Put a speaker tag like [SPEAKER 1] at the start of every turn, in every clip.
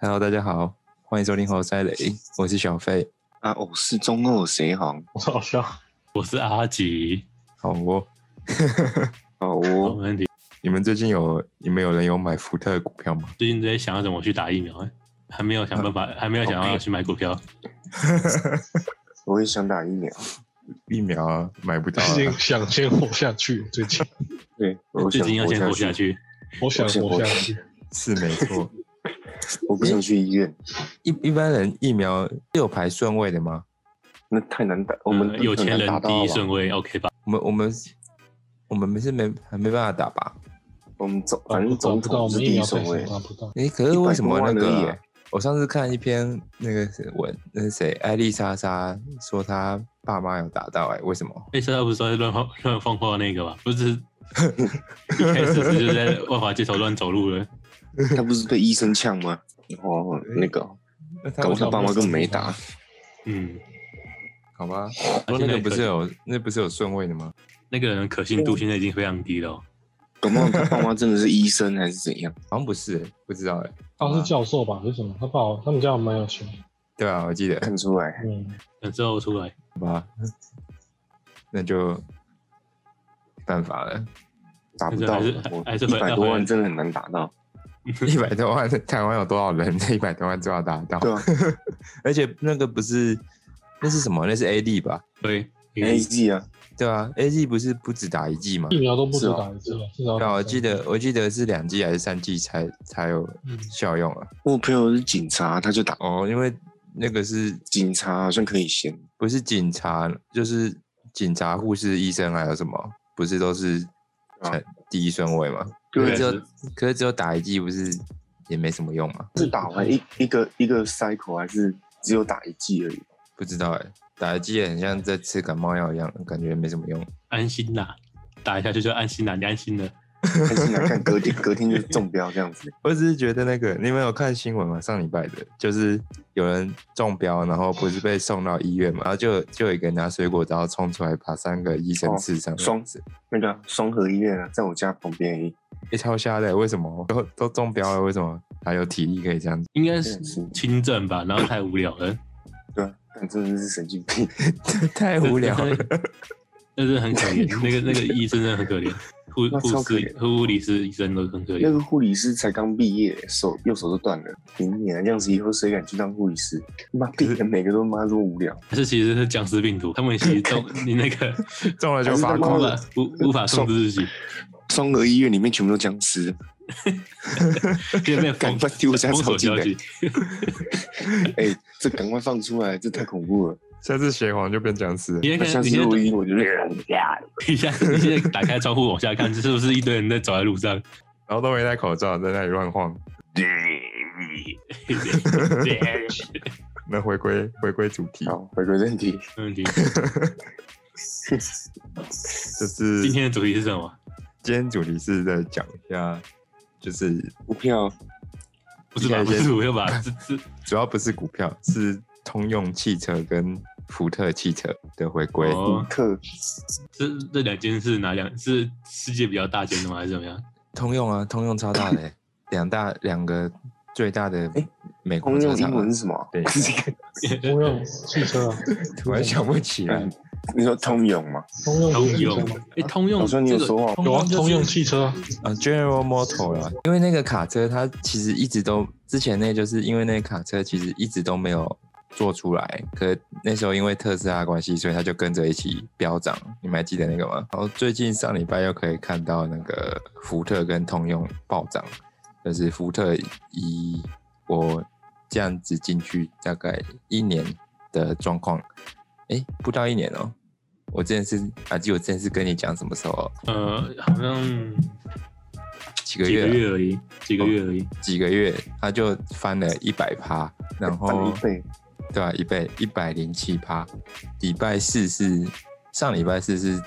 [SPEAKER 1] Hello，大家好，欢迎收听《猴赛雷》，我是小飞。
[SPEAKER 2] 啊，我是中二谁行？
[SPEAKER 3] 我好笑，
[SPEAKER 4] 我是阿吉，
[SPEAKER 1] 好哦，
[SPEAKER 2] 哦，
[SPEAKER 4] 我
[SPEAKER 2] 我
[SPEAKER 4] 问题
[SPEAKER 1] 你们最近有你们有人有买福特的股票吗？
[SPEAKER 4] 最近在想要怎么去打疫苗，还没有想办法，
[SPEAKER 2] 啊
[SPEAKER 4] 还没有想要去买股票。
[SPEAKER 2] 我也想打疫苗。
[SPEAKER 1] 疫苗啊，买不到、
[SPEAKER 3] 最近
[SPEAKER 1] 啊。
[SPEAKER 3] 想先活下去，最近
[SPEAKER 2] 对，我
[SPEAKER 4] 最
[SPEAKER 2] 想
[SPEAKER 4] 近要先活下
[SPEAKER 2] 去。
[SPEAKER 4] 去，
[SPEAKER 3] 我想活下去，
[SPEAKER 1] 是没错。
[SPEAKER 2] 我不想去医院，
[SPEAKER 1] 一一般人疫苗是有排顺位的吗？
[SPEAKER 2] 那太难打。我
[SPEAKER 4] 我
[SPEAKER 2] 们
[SPEAKER 4] 呃有钱
[SPEAKER 2] 很难打
[SPEAKER 4] 人
[SPEAKER 2] 到啊
[SPEAKER 4] 第一
[SPEAKER 2] 吧
[SPEAKER 4] 顺位，OK 吧？
[SPEAKER 1] 我们我们我们是没还没办法打吧？
[SPEAKER 2] 我们
[SPEAKER 4] 哦
[SPEAKER 2] 总
[SPEAKER 3] 打
[SPEAKER 2] 反正
[SPEAKER 3] 不
[SPEAKER 2] 总
[SPEAKER 3] 到，我
[SPEAKER 2] 统是
[SPEAKER 3] 们
[SPEAKER 2] 第
[SPEAKER 3] 疫
[SPEAKER 2] 一
[SPEAKER 3] 苗
[SPEAKER 2] 顺
[SPEAKER 3] 配
[SPEAKER 2] 位
[SPEAKER 3] 送。拿不到，
[SPEAKER 1] 诶、可是为什么那
[SPEAKER 2] 100多万
[SPEAKER 1] 个
[SPEAKER 2] 而已
[SPEAKER 1] 啊、
[SPEAKER 2] 耶
[SPEAKER 1] 我上次看一篇那个是文，那是谁？艾丽莎莎说她爸妈有打到、诶，为什么？
[SPEAKER 4] 那现在不是说在乱放 乱放话那个吧？不 是，一开始是就在万华街头乱走路了。
[SPEAKER 2] 他不是被医生呛吗？哦，那个，
[SPEAKER 1] 那她
[SPEAKER 2] 搞
[SPEAKER 1] 为
[SPEAKER 2] 不好
[SPEAKER 1] 什
[SPEAKER 2] 他
[SPEAKER 1] 么
[SPEAKER 2] 爸妈根本没 打。
[SPEAKER 4] 嗯，
[SPEAKER 1] 好吧？
[SPEAKER 4] 那
[SPEAKER 1] 说那
[SPEAKER 4] 现在
[SPEAKER 1] 个不是
[SPEAKER 4] 可以
[SPEAKER 1] 有那不是有顺位的吗？
[SPEAKER 4] 那个人可信度现在已经非常低了哦。
[SPEAKER 2] 搞不好他爸妈真的是医生还是怎样？
[SPEAKER 1] 好像不是、诶不知道哎、诶
[SPEAKER 2] 哦
[SPEAKER 3] 他是教授吧？还是什么？他爸他们家蛮有钱，
[SPEAKER 1] 对啊，我记得。
[SPEAKER 2] 看出来，
[SPEAKER 3] 嗯，
[SPEAKER 4] 等之后出来，
[SPEAKER 1] 好吧，那就没办法了，
[SPEAKER 2] 打不到
[SPEAKER 4] 还是还
[SPEAKER 2] 我
[SPEAKER 4] 还是
[SPEAKER 2] 一
[SPEAKER 4] 回
[SPEAKER 2] 百
[SPEAKER 4] 要
[SPEAKER 2] 多
[SPEAKER 4] 回
[SPEAKER 2] 万真的很难打到。
[SPEAKER 1] 一百多万，台湾有多少人？这一百多万就要达到，
[SPEAKER 2] 对啊
[SPEAKER 1] 而且那个不是，那是什么？那是 A D 吧？
[SPEAKER 4] 对，
[SPEAKER 2] ，A G 啊，
[SPEAKER 1] 对啊，A D 不是不止打一剂吗？
[SPEAKER 3] 疫苗都不
[SPEAKER 2] 是
[SPEAKER 3] 止
[SPEAKER 2] 哦
[SPEAKER 3] 打一次了，至少
[SPEAKER 1] 对啊，我记
[SPEAKER 3] 得，
[SPEAKER 1] 得我记得是两剂还是三剂才才有
[SPEAKER 3] 嗯
[SPEAKER 1] 效用啊。
[SPEAKER 2] 我朋友是警察，他就打
[SPEAKER 1] 哦，因为那个是
[SPEAKER 2] 警察，好像可以先。
[SPEAKER 1] 不是警察，就是警察、护士、医生还有什么，不是都是
[SPEAKER 2] 啊
[SPEAKER 1] 才第一顺位吗？
[SPEAKER 2] 对
[SPEAKER 1] 可是只有
[SPEAKER 4] 是
[SPEAKER 1] 可是只有打一剂，不是也没什么用吗？
[SPEAKER 2] 是打
[SPEAKER 4] 嗯
[SPEAKER 2] 完一一个一个 cycle 还是只有打一剂而已？
[SPEAKER 1] 不知道哎、打一剂也很像在吃感冒药一样，感觉没什么用。
[SPEAKER 4] 安心啦，打一下去就安心啦，你安心了。
[SPEAKER 2] 但是来看隔天隔天就中标这样子，
[SPEAKER 1] 我只是觉得那个，你们有看新闻吗？上礼拜的，就是有人中标，然后不是被送到医院嘛，然后就就有一个拿水果刀冲出来，把三个医生
[SPEAKER 2] 哦
[SPEAKER 1] 刺伤，
[SPEAKER 2] 双
[SPEAKER 1] 子，
[SPEAKER 2] 那个啊双河医院啊，在我家旁边而已，
[SPEAKER 1] 哎、超瞎的欸，为什么都都中标了，为什么还有体力可以这样子？
[SPEAKER 4] 应该
[SPEAKER 2] 真
[SPEAKER 4] 是
[SPEAKER 2] 的嗯是，
[SPEAKER 4] 轻症吧，然后太无聊了。
[SPEAKER 2] 对啊，但真的是神经病，
[SPEAKER 1] 太 无聊了。
[SPEAKER 4] 那是很可怜，那个那个医生真的很可怜，护
[SPEAKER 2] 那超
[SPEAKER 4] 护
[SPEAKER 2] 可
[SPEAKER 4] 士
[SPEAKER 2] 怜、
[SPEAKER 4] 护理师、医生都很可
[SPEAKER 2] 那
[SPEAKER 4] 怜。
[SPEAKER 2] 个护理师才刚毕业，手右手都断了，明年啊这样子以后谁敢去当护理师？妈，病人每个都妈这么无聊，
[SPEAKER 4] 但是其实是僵尸病毒，他们其实 都你那个
[SPEAKER 1] 中了就
[SPEAKER 2] 还是
[SPEAKER 1] 发
[SPEAKER 2] 他妈
[SPEAKER 1] 狂
[SPEAKER 4] 无
[SPEAKER 2] 的
[SPEAKER 1] 了，
[SPEAKER 4] 法无无法控制自己，
[SPEAKER 2] 双河医院里面全部都僵尸，
[SPEAKER 4] 现在被封
[SPEAKER 2] 赶快丢下
[SPEAKER 4] 封锁
[SPEAKER 2] 手机
[SPEAKER 4] 消息，
[SPEAKER 2] 哎、这赶快放出来，这太恐怖了，
[SPEAKER 1] 下次学黄就变僵尸了。
[SPEAKER 4] 你
[SPEAKER 2] 那
[SPEAKER 4] 看
[SPEAKER 2] 下
[SPEAKER 4] 看，
[SPEAKER 2] 次
[SPEAKER 4] 你现
[SPEAKER 2] 录
[SPEAKER 4] 在
[SPEAKER 2] 音我就
[SPEAKER 4] 你现在你现在打开窗户往下看，是不是一堆人在走在路 上？
[SPEAKER 1] 然后都没戴口罩，在那里乱晃。那回归回归主题，
[SPEAKER 2] 好回归正题，
[SPEAKER 4] 没问题。
[SPEAKER 1] 就是
[SPEAKER 4] 今天的主题是什么？
[SPEAKER 1] 今天主题是在讲一下，就是
[SPEAKER 2] 股票
[SPEAKER 4] 不是吧？不
[SPEAKER 1] 今天
[SPEAKER 4] 是，我要把这 这
[SPEAKER 1] 主要不是股票，是通用汽车跟福特汽车的回归。
[SPEAKER 4] 哦
[SPEAKER 2] 特
[SPEAKER 4] 这这两间是哪两？是世界比较大间的吗？还是怎么 样？
[SPEAKER 1] 通用啊，通用超大 的欸、两大两个最大的
[SPEAKER 2] 诶
[SPEAKER 1] 美国
[SPEAKER 2] 通
[SPEAKER 1] 车
[SPEAKER 2] 用
[SPEAKER 1] 厂
[SPEAKER 2] 英
[SPEAKER 1] 啊、
[SPEAKER 2] 文是什么啊？
[SPEAKER 1] 对，
[SPEAKER 3] 通用汽车啊，
[SPEAKER 1] 突然想不起来
[SPEAKER 2] 嗯。你说通用吗？
[SPEAKER 3] 通用
[SPEAKER 4] 通
[SPEAKER 3] 汽车
[SPEAKER 4] 用
[SPEAKER 3] 吗，
[SPEAKER 4] 哎，通用
[SPEAKER 2] 我
[SPEAKER 4] 这
[SPEAKER 2] 说你有
[SPEAKER 4] 个
[SPEAKER 2] 说话吗
[SPEAKER 3] 有啊，
[SPEAKER 1] 就是
[SPEAKER 3] 通用汽车啊，
[SPEAKER 1] 啊，General Motor 啦，因为那个卡车它其实一直都之前那就是因为那个卡车其实一直都没有做出来，可那时候因为特斯拉的关系，所以它就跟着一起飙涨。你们还记得那个吗？然后最近上礼拜又可以看到那个福特跟通用暴涨，就是福特以我这样子进去大概一年的状况，诶，不到一年哦、我之前是啊，记我之前是跟你讲什么时候？哦
[SPEAKER 4] 呃，好像
[SPEAKER 1] 几个
[SPEAKER 4] 几
[SPEAKER 1] 月哦
[SPEAKER 4] 个
[SPEAKER 1] 啊？
[SPEAKER 4] 月而已，几个月而已。
[SPEAKER 1] 几个月，它就翻了一百趴，然
[SPEAKER 2] 翻了
[SPEAKER 1] 后
[SPEAKER 2] 一倍，
[SPEAKER 1] 对啊，一倍一百零七趴。礼拜四是上礼拜四是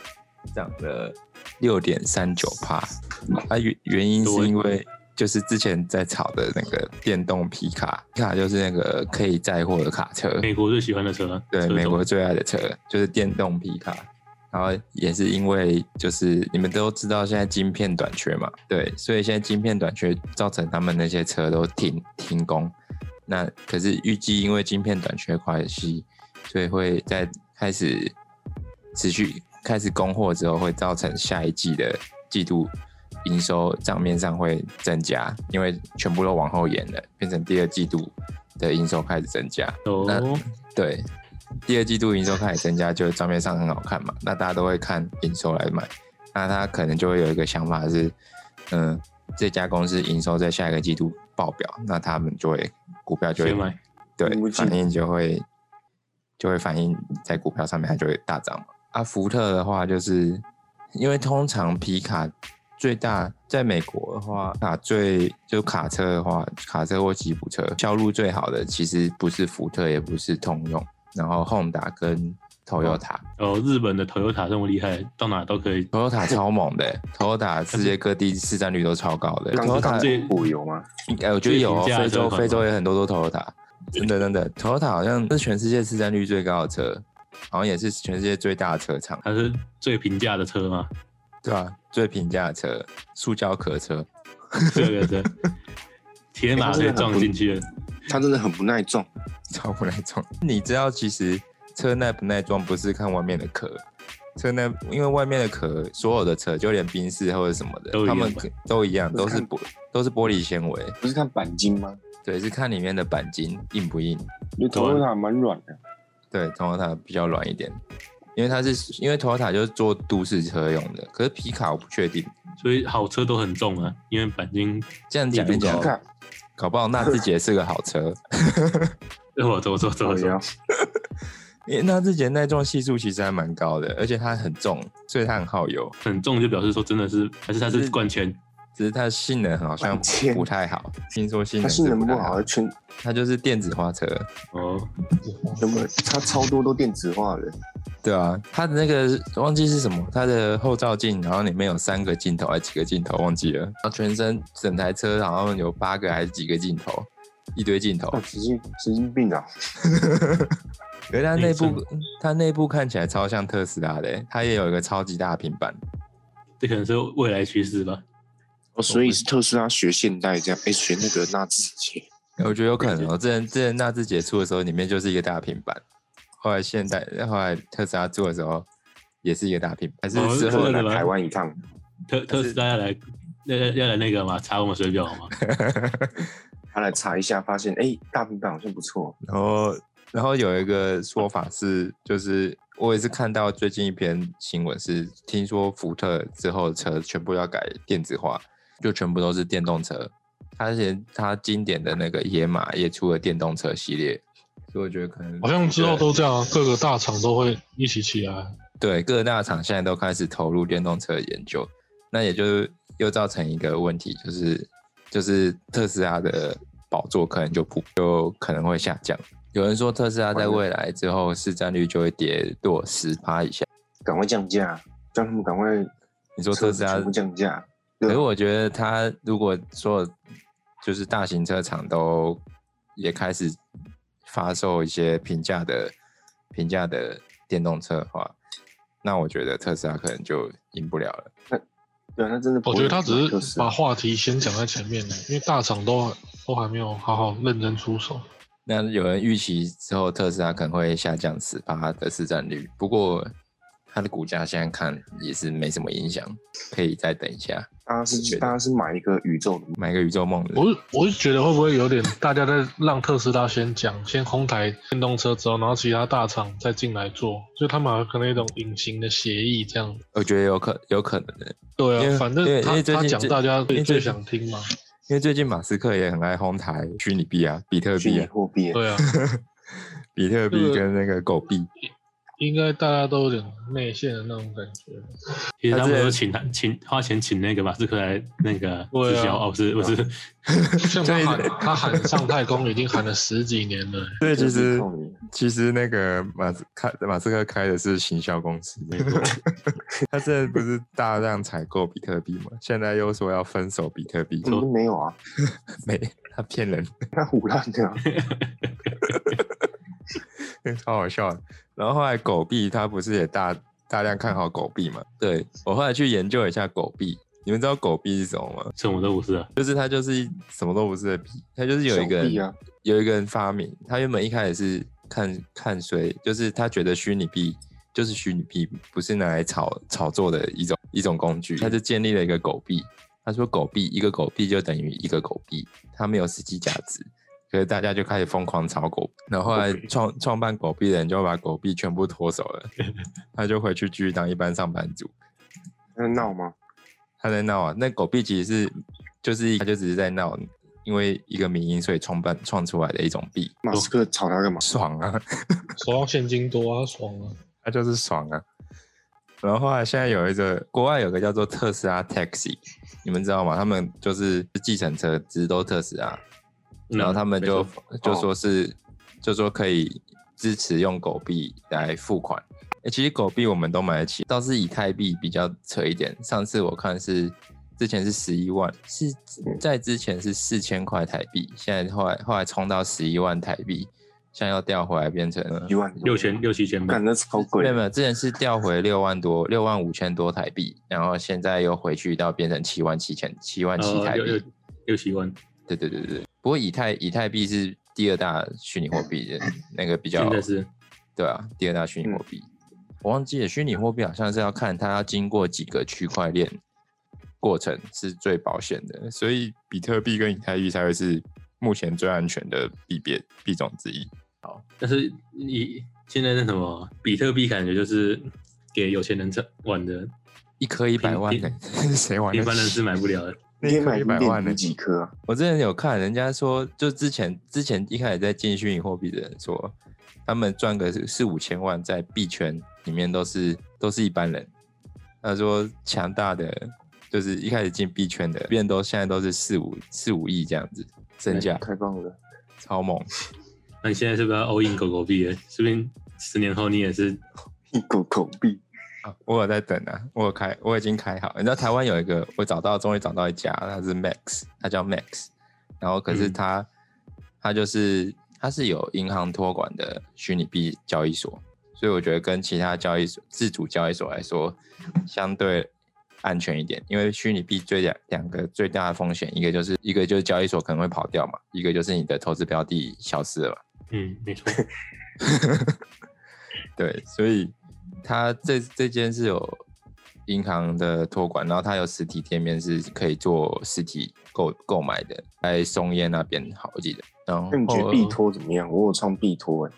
[SPEAKER 1] 涨了六点三九趴，它原原因是因为就是之前在炒的那个电动皮卡，皮卡就是那个可以载货的卡车，
[SPEAKER 4] 美国最喜欢的车，
[SPEAKER 1] 对，
[SPEAKER 4] 车种
[SPEAKER 1] 美国最爱的车就是电动皮卡。然后也是因为就是你们都知道现在晶片短缺嘛，对，所以现在晶片短缺造成他们那些车都停停工，那可是预计因为晶片短缺关系，所以会在开始持续开始供货之后，会造成下一季的季度营收账面上会增加，因为全部都往后延了，变成第二季度的营收开始增加。
[SPEAKER 4] 哦，
[SPEAKER 1] 对，第二季度营收开始增加，就账面上很好看嘛，那大家都会看营收来买，那他可能就会有一个想法是，嗯、这家公司营收在下一个季度爆表，那他们就会股票就
[SPEAKER 4] 先
[SPEAKER 1] 会
[SPEAKER 4] 买。
[SPEAKER 2] 估
[SPEAKER 1] 对
[SPEAKER 2] 计
[SPEAKER 1] 反应就会就会反映在股票上面，它就会大涨嘛。啊，福特的话，就是因为通常皮卡最大在美国的话，卡最就卡车的话，卡车或吉普车销路最好的其实不是福特，也不是通用，然后 Honda 跟 Toyota，Toyota、
[SPEAKER 4] 哦，日本的 Toyota 这么厉害，到哪都可以。
[SPEAKER 1] Toyota 超猛的、t o y o t a 世界各地市占率都超高的。
[SPEAKER 2] 刚刚
[SPEAKER 1] Toyota
[SPEAKER 2] 刚补油吗？
[SPEAKER 1] 哎、我觉得有、哦，
[SPEAKER 4] 最平价的
[SPEAKER 1] 非
[SPEAKER 4] 车
[SPEAKER 1] 洲
[SPEAKER 4] 款吗
[SPEAKER 1] 非洲也很多都 Toyota，真的真的，Toyota 好像是全世界市占率最高的车，好像也是全世界最大的车厂，
[SPEAKER 4] 它是最平价的 车嘛，
[SPEAKER 1] 对啊，最平价的车，塑胶壳车，
[SPEAKER 4] 这个车，铁马被撞进
[SPEAKER 1] 哎
[SPEAKER 4] 去了。
[SPEAKER 2] 它真的很不耐撞，
[SPEAKER 1] 超不耐撞。 你知道，其实车耐不耐撞不是看外面的壳，车耐，因为外面的壳，所有的车就连宾士或者什么的
[SPEAKER 4] 都一，样
[SPEAKER 1] 他们
[SPEAKER 4] 吧
[SPEAKER 1] 都一样，
[SPEAKER 2] 都
[SPEAKER 1] 都
[SPEAKER 2] 是
[SPEAKER 1] 是
[SPEAKER 2] 看
[SPEAKER 1] 玻都是玻璃纤维，
[SPEAKER 2] 不是看钣金吗？
[SPEAKER 1] 对，是看里面的钣金硬不硬。
[SPEAKER 2] 因为 Toyota 蛮软的，
[SPEAKER 1] 对，Toyota 比较软一点，因为它是因为 Toyota 就是做都市车用的，可是皮卡我不确定。
[SPEAKER 4] 所以好车都很重啊，因为钣金，
[SPEAKER 1] 这样讲一
[SPEAKER 2] 皮
[SPEAKER 1] 讲，
[SPEAKER 2] 卡
[SPEAKER 1] 搞不好纳智捷是个好车，
[SPEAKER 4] 哎我走走走
[SPEAKER 3] 啊
[SPEAKER 2] 我
[SPEAKER 4] 走
[SPEAKER 1] 哦
[SPEAKER 2] 要，
[SPEAKER 1] 因为纳智捷耐撞系数其实还蛮高的，而且它很重，所以它很耗油，
[SPEAKER 4] 很重就表示说真的是，还是它是冠圈，
[SPEAKER 1] 只是它的性能好像
[SPEAKER 2] 万千
[SPEAKER 1] 不太好，听说性
[SPEAKER 2] 它
[SPEAKER 1] 能
[SPEAKER 2] 性
[SPEAKER 1] 是
[SPEAKER 2] 能
[SPEAKER 1] 不
[SPEAKER 2] 不
[SPEAKER 1] 太好
[SPEAKER 2] 好，，啊全
[SPEAKER 1] 它就是电子化车，嗯
[SPEAKER 4] 哦，
[SPEAKER 2] 全部它超多都电子化的，
[SPEAKER 1] 对啊，它的那个忘记是什么，它的后照镜，然后里面有三个镜头还是几个镜头忘记了，然后全身整台车好像有八个还是几个镜头，一堆镜头
[SPEAKER 2] 哦，，神经神经病啊！
[SPEAKER 1] 可是它内
[SPEAKER 4] 内
[SPEAKER 1] 部，它内部看起来超像特斯拉的欸，它也有一个超级大的平板。
[SPEAKER 4] 这可能是未来趋势吧。
[SPEAKER 2] 哦，所以是特斯拉学现代这样，哎，学那个纳智捷，
[SPEAKER 1] 我觉得有可能哦、之前之前纳智捷出的时候，里面就是一个大平板，后来现代，后来特斯拉做的时候，也是一个大平板，还
[SPEAKER 4] 哦
[SPEAKER 1] 是之
[SPEAKER 4] 真
[SPEAKER 1] 后
[SPEAKER 4] 的
[SPEAKER 2] 来
[SPEAKER 4] 吗
[SPEAKER 2] 台湾一趟，
[SPEAKER 4] 特特斯拉要来要要要来那个嘛，查我们水表嘛，
[SPEAKER 2] 他来查一下，发现哎，大平板好像不错，
[SPEAKER 1] 然后，然后有一个说法是，就是我也是看到最近一篇新闻是，听说福特之后的车全部要改电子化，就全部都是电动车。它连它经典的那个野马也出了电动车系列，所以我觉得可能
[SPEAKER 3] 好像之后都这样啊，各个大厂都会一起起来。
[SPEAKER 1] 对各大厂现在都开始投入电动车的研究，那也就又造成一个问题，就是就是特斯拉的宝座可能就不就可能会下降。有人说特斯拉在未来之后市占率就会跌落十趴以下。
[SPEAKER 2] 赶快降价，叫他们赶快
[SPEAKER 1] 你说特斯
[SPEAKER 2] 车
[SPEAKER 1] 拉
[SPEAKER 2] 子全部降价，对
[SPEAKER 1] 可是我觉得它如果说就是大型车厂都也开始发售一些平价的平价的电动车的话，那我觉得特斯拉可能就赢不了了。
[SPEAKER 2] 对啊，那真的不
[SPEAKER 3] 我
[SPEAKER 2] 会
[SPEAKER 3] 觉得他只
[SPEAKER 2] 特
[SPEAKER 3] 是
[SPEAKER 2] 斯
[SPEAKER 3] 把
[SPEAKER 2] 拉
[SPEAKER 3] 话题先讲在前面的，因为大厂都都还没有好好认真出手。
[SPEAKER 1] 那有人预期之后特斯拉可能会下降十趴的市占率，不过它的股价现在看也是没什么影响，可以再等一下，
[SPEAKER 2] 大家
[SPEAKER 1] 觉
[SPEAKER 2] 是
[SPEAKER 1] 得
[SPEAKER 2] 大家是买一个宇宙的，
[SPEAKER 1] 买个宇宙梦的。
[SPEAKER 3] 我是我是觉得会不会有点大家在让特斯拉先讲，先哄抬电动车之后，然后其他大厂再进来做，所以他们好像可能有一种隐形的协议这样。
[SPEAKER 1] 我觉得有可有可能的，因
[SPEAKER 3] 对
[SPEAKER 1] 为
[SPEAKER 3] 啊，反
[SPEAKER 1] 因为
[SPEAKER 3] 正
[SPEAKER 1] 因
[SPEAKER 3] 他
[SPEAKER 1] 为最
[SPEAKER 3] 他
[SPEAKER 1] 近
[SPEAKER 3] 讲
[SPEAKER 1] 最
[SPEAKER 3] 大家
[SPEAKER 1] 因
[SPEAKER 3] 最
[SPEAKER 1] 为
[SPEAKER 3] 最
[SPEAKER 1] 最
[SPEAKER 3] 想听嘛。
[SPEAKER 1] 因为最近马斯克也很爱哄抬虚拟币啊，比特
[SPEAKER 2] 虚
[SPEAKER 1] 币
[SPEAKER 2] 拟
[SPEAKER 1] 啊，
[SPEAKER 2] 货币，
[SPEAKER 3] 对啊，
[SPEAKER 1] 比特
[SPEAKER 3] 这
[SPEAKER 1] 币
[SPEAKER 3] 个
[SPEAKER 1] 跟那个狗币。
[SPEAKER 3] 应该大家都有点内线的那种感觉。
[SPEAKER 4] 其实他们
[SPEAKER 1] 他之前
[SPEAKER 4] 都请他请花钱请那个马斯克来那个
[SPEAKER 3] 对
[SPEAKER 4] 直
[SPEAKER 3] 啊
[SPEAKER 4] 销、哦，不是不是，
[SPEAKER 3] 像他喊他喊上太空已经喊了十几年了，
[SPEAKER 1] 所以其
[SPEAKER 2] 就是
[SPEAKER 1] 实
[SPEAKER 2] 靠你
[SPEAKER 1] 其实那个马斯开马斯克开的是行销公司， 他之前不是大量采购比特币嘛，现在又说要分手比特币，
[SPEAKER 2] 根本没有啊，
[SPEAKER 1] 没他骗人。
[SPEAKER 2] 那胡乱 的啊，
[SPEAKER 1] 超好笑的。然后后来狗币，他不是也大大量看好狗币嘛？对我后来去研究一下狗币，你们知道狗币是什么吗？
[SPEAKER 4] 什么都不是啊。
[SPEAKER 1] 就是它就是什么都不是的币，它就是有一个
[SPEAKER 2] 小
[SPEAKER 1] 人
[SPEAKER 2] 币啊，
[SPEAKER 1] 有一个人发明，他原本一开始是看看谁，就是他觉得虚拟币就是虚拟币，不是拿来炒炒作的一种一种工具，他就建立了一个狗币。他说狗币一个狗币就等于一个狗币，它没有实际价值，所以大家就开始疯狂炒狗。然后后来
[SPEAKER 2] OK
[SPEAKER 1] 创创办狗币的人就把狗币全部脱手了，他就回去继续当一般上班族。
[SPEAKER 2] 那闹吗？
[SPEAKER 1] 他在闹啊，那狗币其实是就是他就只是在闹，因为一个民因所以创办创出来的一种币，
[SPEAKER 2] 马斯克吵他干嘛？
[SPEAKER 1] 爽啊，
[SPEAKER 3] 手上现金多啊，爽啊！
[SPEAKER 1] 他就是爽啊。然后后来现在有一个国外有个叫做特斯拉 Taxi，你们知道吗？他们就是计程车，只是都特斯拉，
[SPEAKER 4] 嗯
[SPEAKER 1] 然后他们就就说是、就说可以支持用狗币来付款。诶其实狗币我们都买得起，倒是以太币比较扯一点。上次我看是之前是十一万，是在之前是四千块台币，现在后来后来冲到十一万台币，现在要调回来变成
[SPEAKER 2] 一万
[SPEAKER 4] 六千六七千吧
[SPEAKER 2] 干，那超贵
[SPEAKER 1] 没有。没有，之前是调回六万多，六万五千多台币，然后现在又回去到变成七万七千七万七
[SPEAKER 4] 呃
[SPEAKER 1] 台
[SPEAKER 4] 六
[SPEAKER 1] 币
[SPEAKER 4] 六。六七万，
[SPEAKER 1] 对对对对对。不过以太以太币是第二大虚拟货币的那个比较
[SPEAKER 4] 现，在是
[SPEAKER 1] 对啊，第二大虚拟货币。我忘记了，虚拟货币好像是要看它要经过几个区块链过程是最保险的，所以比特币跟以太币才会是目前最安全的币别币种之一。
[SPEAKER 4] 但是你现在那什么比特币，感觉就是给有钱人玩的，
[SPEAKER 1] 一颗一百万、
[SPEAKER 4] 平
[SPEAKER 1] 欸， 谁玩得
[SPEAKER 4] 一般人
[SPEAKER 1] 起
[SPEAKER 4] 是买不了的。
[SPEAKER 2] 你可以买
[SPEAKER 1] 一
[SPEAKER 2] 一
[SPEAKER 1] 百万
[SPEAKER 2] 点
[SPEAKER 1] 呢
[SPEAKER 2] 五几颗啊？
[SPEAKER 1] 我之前有看人家说，就之前之前一开始在进虚拟货币的人说，他们赚个四五千万，在币圈里面都是都是一般人。他说强大的就是一开始进币圈的，变都现在都是四五四五亿这样子身价，
[SPEAKER 2] 太棒了！
[SPEAKER 1] 超猛。
[SPEAKER 4] 那你现在是不是要 all in 狗狗币了？说不定十年后你也是
[SPEAKER 2] 一狗狗币，
[SPEAKER 1] 啊我有在等啊，我有开，我已经开好。你知道台湾有一个，我找到，终于找到一家，它是 Max，它叫 Max，然后可是
[SPEAKER 4] 嗯
[SPEAKER 1] 它，它就是它是有银行托管的虚拟币交易所，所以我觉得跟其他交易所自主交易所来说，相对安全一点，因为虚拟币最两两个最大的风险，一个就是一个就是交易所可能会跑掉嘛，一个就是你的投资标的消失了嘛。
[SPEAKER 4] 嗯，没错，
[SPEAKER 1] 对，所以它这这间是有银行的托管，然后它有实体店面是可以做实体购购买的，在松烟那边好，我记得。然后
[SPEAKER 2] 那你觉得币托怎么样？我有创币托哎，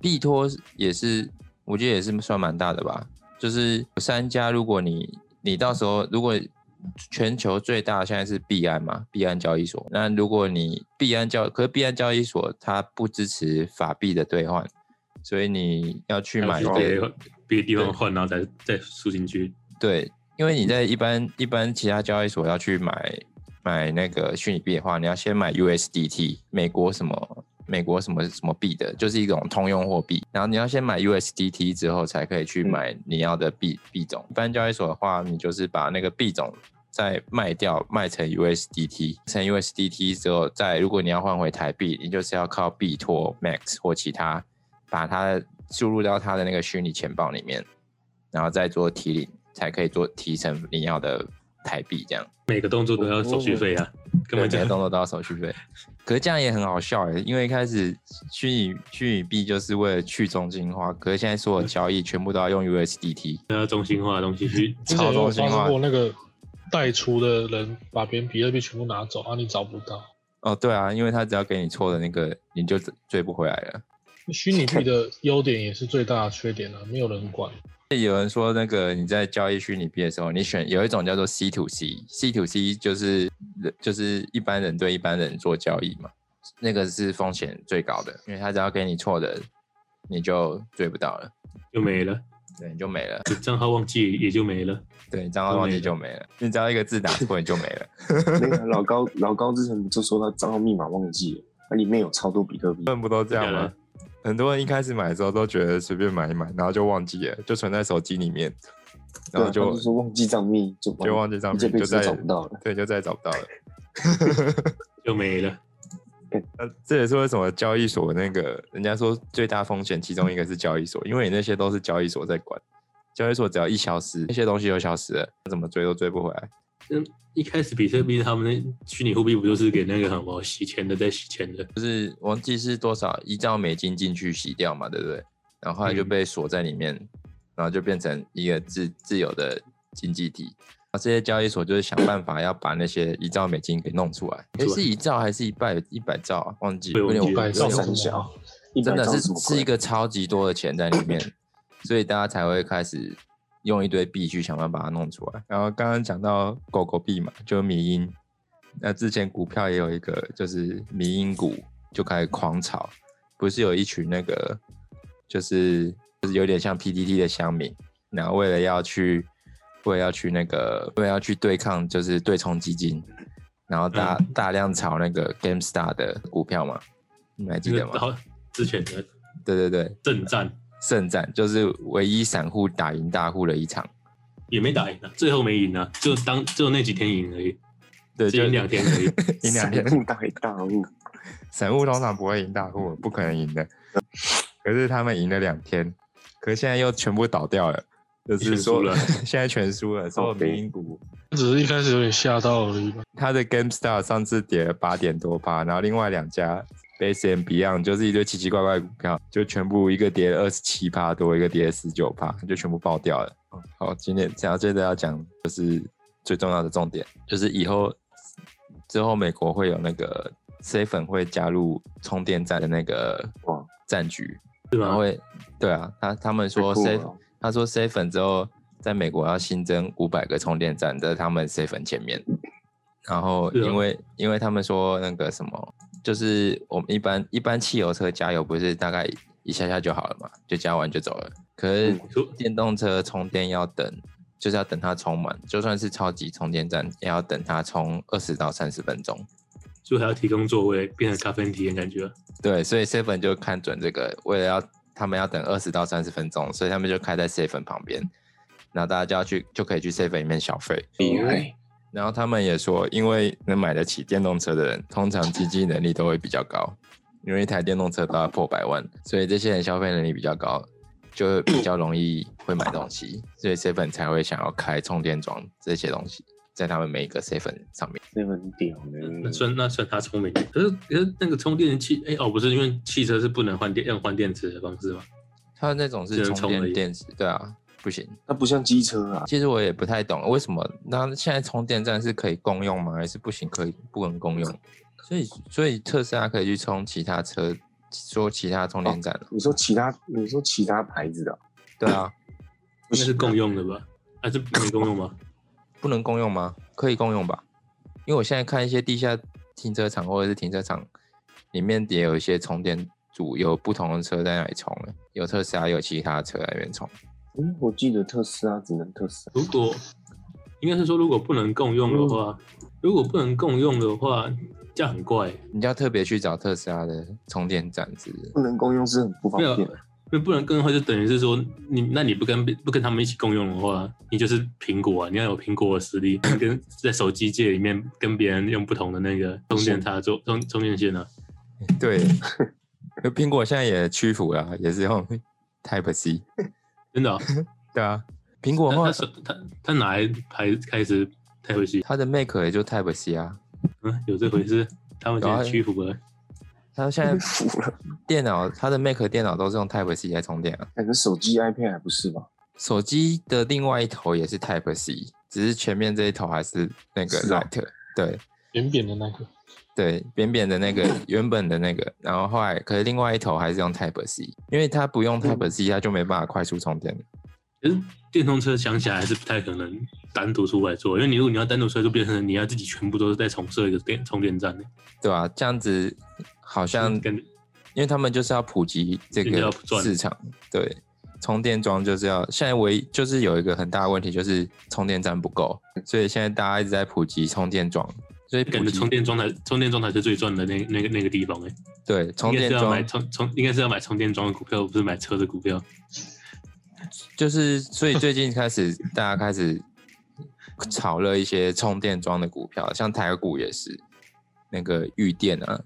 [SPEAKER 1] 币托也是，我觉得也是算蛮大的吧。就是三家，如果你你到时候如果全球最大现在是币安嘛，币安交易所。那如果你币安交，可是币安交易所它不支持法币的兑换，所以你要去买
[SPEAKER 4] 还要
[SPEAKER 1] 这
[SPEAKER 4] 去别的别的地方换，然后再再输进去。
[SPEAKER 1] 对，因为你在一般一般其他交易所要去买买那个虚拟币的话，你要先买 USDT，美国什么美国什么什么币的，就是一种通用货币。然后你要先买 USDT 之后，才可以去
[SPEAKER 2] 嗯
[SPEAKER 1] 买你要的币币种。一般交易所的话，你就是把那个币种。再卖掉，卖成 USDT，成 USDT 之后，再如果你要换回台币，你就是要靠币托 Max 或其他，把它注入到它的那个虚拟钱包里面，然后再做提领，才可以做提成你要的台币这样。
[SPEAKER 4] 每个动作都要手续费啊，根
[SPEAKER 1] 对
[SPEAKER 4] 本就
[SPEAKER 1] 每个动作都要手续费。可是这样也很好笑哎、因为一开始虚拟虚拟币就是为了去中心化，可是现在所有交易全部都要用 USDT。
[SPEAKER 4] 都要中心化的东西去。
[SPEAKER 3] 之前
[SPEAKER 1] 超
[SPEAKER 3] 有
[SPEAKER 1] 中
[SPEAKER 3] 发
[SPEAKER 1] 心化
[SPEAKER 3] 生过那个带出的人把别人比特币全部拿走，啊，你找不到。
[SPEAKER 1] 哦，对啊，因为他只要给你错的那个，你就追不回来了。
[SPEAKER 3] 虚拟币的优点也是最大的缺点啊，没有人管。
[SPEAKER 1] 有人说，那个你在交易虚拟币的时候，你选有一种叫做 C to C，C to C 就是就是一般人对一般人做交易嘛，那个是风险最高的，因为他只要给你错的，你就追不到了，
[SPEAKER 4] 就没了，
[SPEAKER 1] 对，你就没了，
[SPEAKER 4] 账号忘记也就没了。
[SPEAKER 1] 对，账号
[SPEAKER 4] 就
[SPEAKER 1] 忘
[SPEAKER 4] 没
[SPEAKER 1] 记
[SPEAKER 4] 了
[SPEAKER 1] 就没了，你只要一个字打错你就没 了。
[SPEAKER 2] 那个 老高老高之前就说他账号密码忘记了，那里面有超多比特币，
[SPEAKER 1] 不都这
[SPEAKER 4] 样吗？
[SPEAKER 1] 很多人一开始买的时候都觉得随便买一买，然后就忘记了，就存在手机里面，
[SPEAKER 2] 对啊，他就说忘记账密就
[SPEAKER 1] 记账
[SPEAKER 2] 一这辈子都找不到了。
[SPEAKER 1] 对，就再也找不到了。
[SPEAKER 4] 就没了。
[SPEAKER 1] 那呃这也是为什么交易所那个人家说最大风险，其中一个是交易所，因为你那些都是交易所在管，交易所只要一消失，那些东西就消失了，怎么追都追不回来。
[SPEAKER 4] 嗯，一开始比特币他们那虚拟货币不就是给那个什么洗钱的在洗钱的？
[SPEAKER 1] 就是忘记是多少，依照美金进去洗掉嘛，对不对？然后后来就
[SPEAKER 4] 嗯
[SPEAKER 1] 被锁在里面，然后就变成一个自自由的经济体。啊，这些交易所就是想办法要把那些一兆美金给弄出来。诶，是一兆还是一百一百兆啊？忘记，
[SPEAKER 4] 对
[SPEAKER 1] 有点
[SPEAKER 4] 我
[SPEAKER 1] 我
[SPEAKER 4] 忘记
[SPEAKER 1] 有点
[SPEAKER 3] 百兆
[SPEAKER 4] 了
[SPEAKER 1] 忘记
[SPEAKER 2] 三
[SPEAKER 3] 什么
[SPEAKER 2] 小
[SPEAKER 3] 啊，
[SPEAKER 2] 一
[SPEAKER 1] 真
[SPEAKER 2] 百
[SPEAKER 1] 的
[SPEAKER 2] 兆
[SPEAKER 1] 是
[SPEAKER 2] 什么
[SPEAKER 1] 是一
[SPEAKER 2] 鬼
[SPEAKER 1] 个超级多的钱在里面，所以大家才会开始用一堆币去想办法把它弄出来。然后刚刚讲到狗狗币嘛，就是迷因，那之前股票也有一个就是迷因股就开始狂炒，不是有一群那个就是就是有点像 PDT 的乡民，然后为了要去为了要去那个为了要去对抗就是对冲基金，然后大、大量炒那个 GameStar 的股票嘛，你们还记
[SPEAKER 4] 这
[SPEAKER 1] 得
[SPEAKER 4] 个
[SPEAKER 1] 吗？
[SPEAKER 4] 到之前的
[SPEAKER 1] 对对对，
[SPEAKER 4] 正战
[SPEAKER 1] 圣战就是唯一散户打赢大户的一场，
[SPEAKER 4] 也没打赢啊，最后没赢啊，就当就那几天赢而已，
[SPEAKER 1] 对，
[SPEAKER 4] 只
[SPEAKER 1] 就
[SPEAKER 4] 赢两 天而已。
[SPEAKER 1] 赢两天
[SPEAKER 2] 散，户大于大户，
[SPEAKER 1] 散户通常不会赢大户，不可能赢的。可是他们赢了两天，可是现在又全部倒掉了，就是
[SPEAKER 4] 全
[SPEAKER 1] 说
[SPEAKER 4] 输了
[SPEAKER 1] 现在全输了，所有
[SPEAKER 2] 靠北
[SPEAKER 1] 民营股。
[SPEAKER 3] 只是一开始有点吓到而已吧。
[SPEAKER 1] 它的 GameStar 上次跌了八点多趴，然后另外两家 Base and Beyond 就是一堆奇奇怪怪的股票，就全部一个跌二十七趴多，一个跌十九趴，就全部爆掉了。好，今天讲到这个要讲就是最重要的重点，就是以后之后美国会有那个 C 粉会加入充电站的那个
[SPEAKER 2] 哇
[SPEAKER 1] 战局，
[SPEAKER 4] 是
[SPEAKER 1] 然
[SPEAKER 4] 吧
[SPEAKER 1] 后？会对啊，他他们说
[SPEAKER 2] 太酷
[SPEAKER 1] C
[SPEAKER 2] 了
[SPEAKER 1] 他说 C 粉之后，在美国要新增五百个充电站在他们 C 粉前面。然后
[SPEAKER 4] 是啊
[SPEAKER 1] 因为、因为他们说那个什么，就是我们一般一般汽油车加油不是大概一下下就好了嘛，就加完就走了。可是
[SPEAKER 2] 嗯
[SPEAKER 4] 说
[SPEAKER 1] 电动车充电要等，就是要等它充满，就算是超级充电站也要等它充二十到三十分钟。
[SPEAKER 4] 就还要提供座位，变成咖啡体验感觉。啊
[SPEAKER 1] 对，所以 seven 就看准这个，为了要他们要等二十到三十分钟，所以他们就开在 seven 旁边，然后大家就要去就可以去 seven 里面消费。
[SPEAKER 2] 厉害，
[SPEAKER 1] 然后他们也说，因为能买得起电动车的人，通常经济能力都会比较高，因为一台电动车都要破百万，所以这些人消费能力比较高，就比较容易会买东西，所以 seven 才会想要开充电桩这些东西，在他们每一个 seven 上面。
[SPEAKER 2] 这很屌
[SPEAKER 1] 嗯
[SPEAKER 2] 呢
[SPEAKER 4] 那。算那算他聪明，可是可是那个充电器，哎、哦，不是因为汽车是不能换电用换电池的方式吗？
[SPEAKER 1] 他那种
[SPEAKER 4] 只
[SPEAKER 1] 是
[SPEAKER 4] 能
[SPEAKER 1] 充
[SPEAKER 4] 充而
[SPEAKER 1] 电
[SPEAKER 4] 已
[SPEAKER 1] 电池，对啊，不行。
[SPEAKER 2] 它不像机车啊，
[SPEAKER 1] 其实我也不太懂为什么那现在充电站是可以共用吗？还是不行？可以不能共用？所以所以特斯拉可以去充其他车，说其他充电站了、
[SPEAKER 2] 你说其他，你说其他牌子的啊，
[SPEAKER 1] 哦对啊，
[SPEAKER 4] 那是共用的吧？还、啊、是没共用吗？
[SPEAKER 1] 不能共用吗？可以共用吧？因为我现在看一些地下停车场或者是停车场里面也有一些充电组，有不同的车在那里充，有特斯拉，有其他车在那边充。
[SPEAKER 2] 嗯，我记得特斯拉只能特斯拉，
[SPEAKER 4] 如果应该是说，如果不能共用的话，
[SPEAKER 1] 嗯
[SPEAKER 4] 如果不能共用的话，这样很怪，
[SPEAKER 1] 你就要特别去找特斯拉的充电站之类的
[SPEAKER 2] 不能公用是很不方
[SPEAKER 4] 没有
[SPEAKER 2] 便的。
[SPEAKER 4] 因为不能共用的话，就等于是说，你那你不跟不跟他们一起共用的话，你就是苹果啊，你要有苹果的 实力，跟在手机界里面跟别人用不同的那个充电插座充充电线啊。
[SPEAKER 1] 对，那苹果现在也屈服了，也是用 Type C。
[SPEAKER 4] 真的啊、
[SPEAKER 1] 对啊，苹果
[SPEAKER 4] 他
[SPEAKER 1] 后
[SPEAKER 4] 他
[SPEAKER 1] 来
[SPEAKER 4] 手他他哪来开开始开游戏？
[SPEAKER 1] 它的 Mac 也就 Type C 啊，
[SPEAKER 4] 嗯，有这回事？他们
[SPEAKER 1] 有啊
[SPEAKER 4] 先屈服了，
[SPEAKER 1] 它现在
[SPEAKER 2] 服了，
[SPEAKER 1] 电脑它的 Mac 电脑都是用 Type C 来充电啊，
[SPEAKER 2] 感觉手机 iPad 还不是吧？
[SPEAKER 1] 手机的另外一头也是 Type C，只是前面这一头还是那个
[SPEAKER 2] 是啊
[SPEAKER 1] Light，、对
[SPEAKER 3] 扁扁的那个，
[SPEAKER 1] 对，扁扁的那个原本的那个，然后后来可是另外一头还是用 Type C，因为它不用 Type C，它就没办法快速充电了。
[SPEAKER 4] 可是电动车想起来还是不太可能单独出来做，因为你如果你要单独出来做，变成你要自己全部都是在重设一个电充电站的，
[SPEAKER 1] 对啊，这样子好像
[SPEAKER 4] 跟
[SPEAKER 1] 因为他们就是要普及这
[SPEAKER 4] 就是
[SPEAKER 1] 个
[SPEAKER 4] 要赚
[SPEAKER 1] 市场，对，充电桩就是要现在唯一就是有一个很大的问题就是充电站不够，所以现在大家一直在普及充电桩，所以
[SPEAKER 4] 感
[SPEAKER 1] 普
[SPEAKER 4] 觉
[SPEAKER 1] 及
[SPEAKER 4] 充电桩才充电桩才是最赚的那那个那个地方哎、
[SPEAKER 1] 对充
[SPEAKER 4] 应该
[SPEAKER 1] 电
[SPEAKER 4] 是要买
[SPEAKER 1] 桩
[SPEAKER 4] 充充应该是要买充电桩的股票，不是买车的股票。
[SPEAKER 1] 就是所以最近开始大家开始炒了一些充电桩的股票，像台股也是那个玉电啊，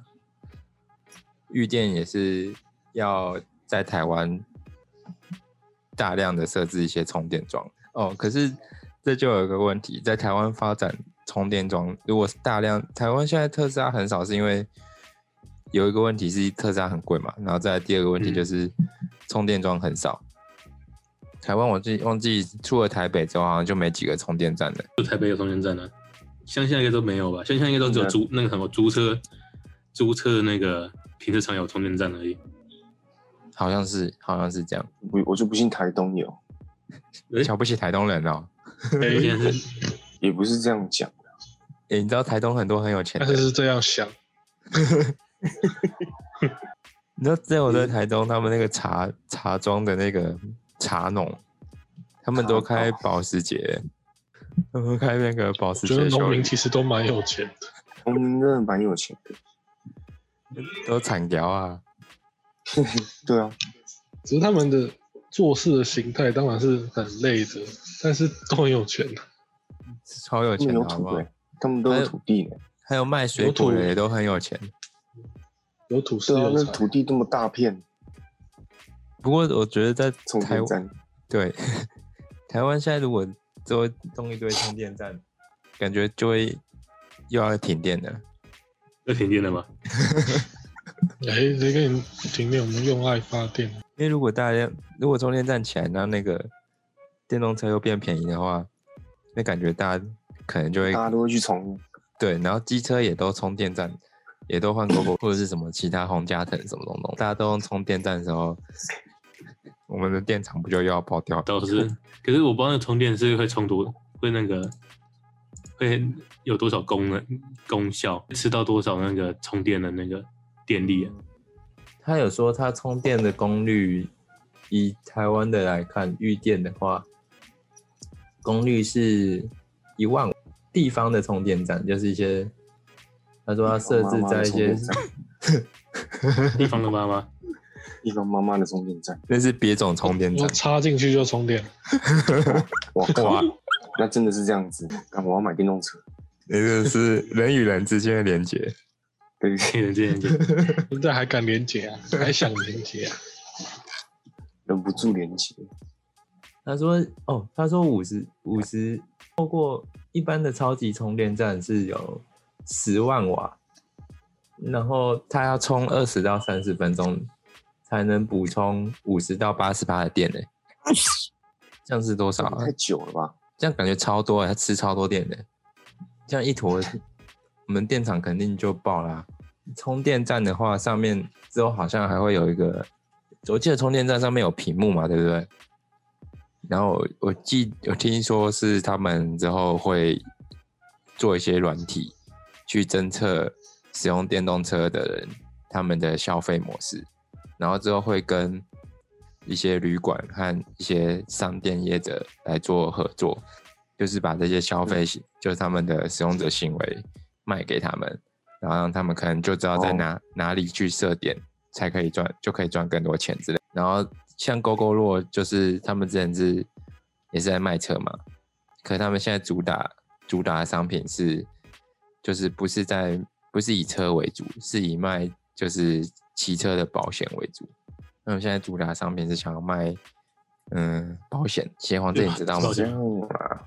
[SPEAKER 1] 玉电也是要在台湾大量的设置一些充电桩哦。可是这就有一个问题，在台湾发展充电桩，如果是大量台湾现在特斯拉很少，是因为有一个问题是特斯拉很贵嘛，然后再来第二个问题
[SPEAKER 4] 嗯
[SPEAKER 1] 就是充电桩很少。台湾我记忘记除了台北之后，好像就没几个充电站了。
[SPEAKER 4] 就台北有充电站啊，乡下应该都没有吧？乡下应该都只有租那个什么租车，租车那个停车场有充电站而已。
[SPEAKER 1] 好像是，好像是这样。
[SPEAKER 2] 我我就不信台东有，
[SPEAKER 4] 诶
[SPEAKER 1] 瞧不起台东人哦。
[SPEAKER 3] 哎
[SPEAKER 4] 现在是
[SPEAKER 2] 也不是这样讲。
[SPEAKER 1] 诶你知道台东很多很有钱
[SPEAKER 3] 但
[SPEAKER 1] 的
[SPEAKER 3] 是
[SPEAKER 1] 人，
[SPEAKER 3] 是这样想，
[SPEAKER 1] 你知道只有在台东，他们那个茶茶庄的那个茶农，他们都开
[SPEAKER 2] 茶
[SPEAKER 1] 保时捷，他们开那个保时
[SPEAKER 3] 觉得
[SPEAKER 1] 捷
[SPEAKER 3] 农
[SPEAKER 1] 修
[SPEAKER 3] 民
[SPEAKER 1] 理，
[SPEAKER 3] 其实都蛮有钱的。
[SPEAKER 2] 东京真的蛮有钱的，
[SPEAKER 1] 都产条啊。
[SPEAKER 2] 对啊，
[SPEAKER 3] 只是他们的做事的形态当然是很累的，但是都很有钱的。啊
[SPEAKER 1] 超有
[SPEAKER 2] 他
[SPEAKER 1] 钱
[SPEAKER 2] 们
[SPEAKER 1] 的
[SPEAKER 2] 有
[SPEAKER 1] 好
[SPEAKER 2] 土哎
[SPEAKER 1] 不好
[SPEAKER 2] 地、？欸他们都有土地呢、
[SPEAKER 1] 还有卖水
[SPEAKER 3] 有
[SPEAKER 1] 果
[SPEAKER 3] 土
[SPEAKER 1] 的也都很有钱。
[SPEAKER 3] 有土是
[SPEAKER 2] 对啊，
[SPEAKER 3] 有
[SPEAKER 2] 那
[SPEAKER 3] 财，
[SPEAKER 2] 土地这么大片，
[SPEAKER 1] 不过我觉得在
[SPEAKER 2] 充
[SPEAKER 1] 台
[SPEAKER 2] 电站
[SPEAKER 1] 对台湾现在如果周弄一堆充电站，感觉就会又要停电了。
[SPEAKER 4] 要停电了吗？
[SPEAKER 3] 哎、这个你停电，我们用爱发电。啊
[SPEAKER 1] 因为如果大家如果充电站起来，然后那个电动车又变便宜的话，那感觉大家可能就会
[SPEAKER 2] 大家都会去充，
[SPEAKER 1] 对，然后机车也都充电站，也都换 GoGo 或者是什么其他红加藤什么东东，大家都用充电站的时候，我们的电厂不就又要爆掉？
[SPEAKER 4] 倒是，可是我不知道那充电是会充多，会那个会有多少功能功效，吃到多少那个充电的那个电力啊？
[SPEAKER 1] 他有说他充电的功率，以台湾的来看，预电的话，功率是一万五地方的充电站，就是一些，他说他设置在一些，
[SPEAKER 4] 地方的妈妈，
[SPEAKER 2] 一方妈妈的充电站，
[SPEAKER 1] 那是别种充电
[SPEAKER 3] 我
[SPEAKER 1] 站，
[SPEAKER 3] 插进去就充电，
[SPEAKER 2] 哇
[SPEAKER 1] 哇
[SPEAKER 2] 哇，，那真的是这样子。那我要买电动车，
[SPEAKER 1] 那个是人与人之间的连接。
[SPEAKER 2] 对，
[SPEAKER 4] 可以能这样讲。
[SPEAKER 3] 现在还敢连接啊？还想连接啊？
[SPEAKER 2] 忍不住连接，
[SPEAKER 1] 他说：“哦，他说五十五十，透过一般的超级充电站是有十万瓦，然后他要充二十到三十分钟才能补充五十到八十八的电呢、这样是多少、啊
[SPEAKER 2] 太？久了吧？
[SPEAKER 1] 这样感觉超多、欸，他吃超多电的、这样一坨，我们电厂肯定就爆啦、充电站的话，上面之后好像还会有一个，我记得充电站上面有屏幕嘛，对不对？然后我我记我听说是他们之后会做一些软体去侦测使用电动车的人他们的消费模式，然后之后会跟一些旅馆和一些商店业者来做合作，就是把这些消费行就是他们的使用者行为卖给他们，然后让他们可能就知道在
[SPEAKER 2] 哦
[SPEAKER 1] 哪、哪里去设点才可以赚，就可以赚更多钱之类。然后像勾勾落，就是他们之前是也是在卖车嘛，可他们现在主打主打的商品是，就是不是在不是以车为主，是以卖就是骑车的保险为主。那我们现在主打的商品是想要卖嗯保险，邪皇这你知道吗
[SPEAKER 4] 保？
[SPEAKER 2] 这
[SPEAKER 4] 险
[SPEAKER 2] 样啊？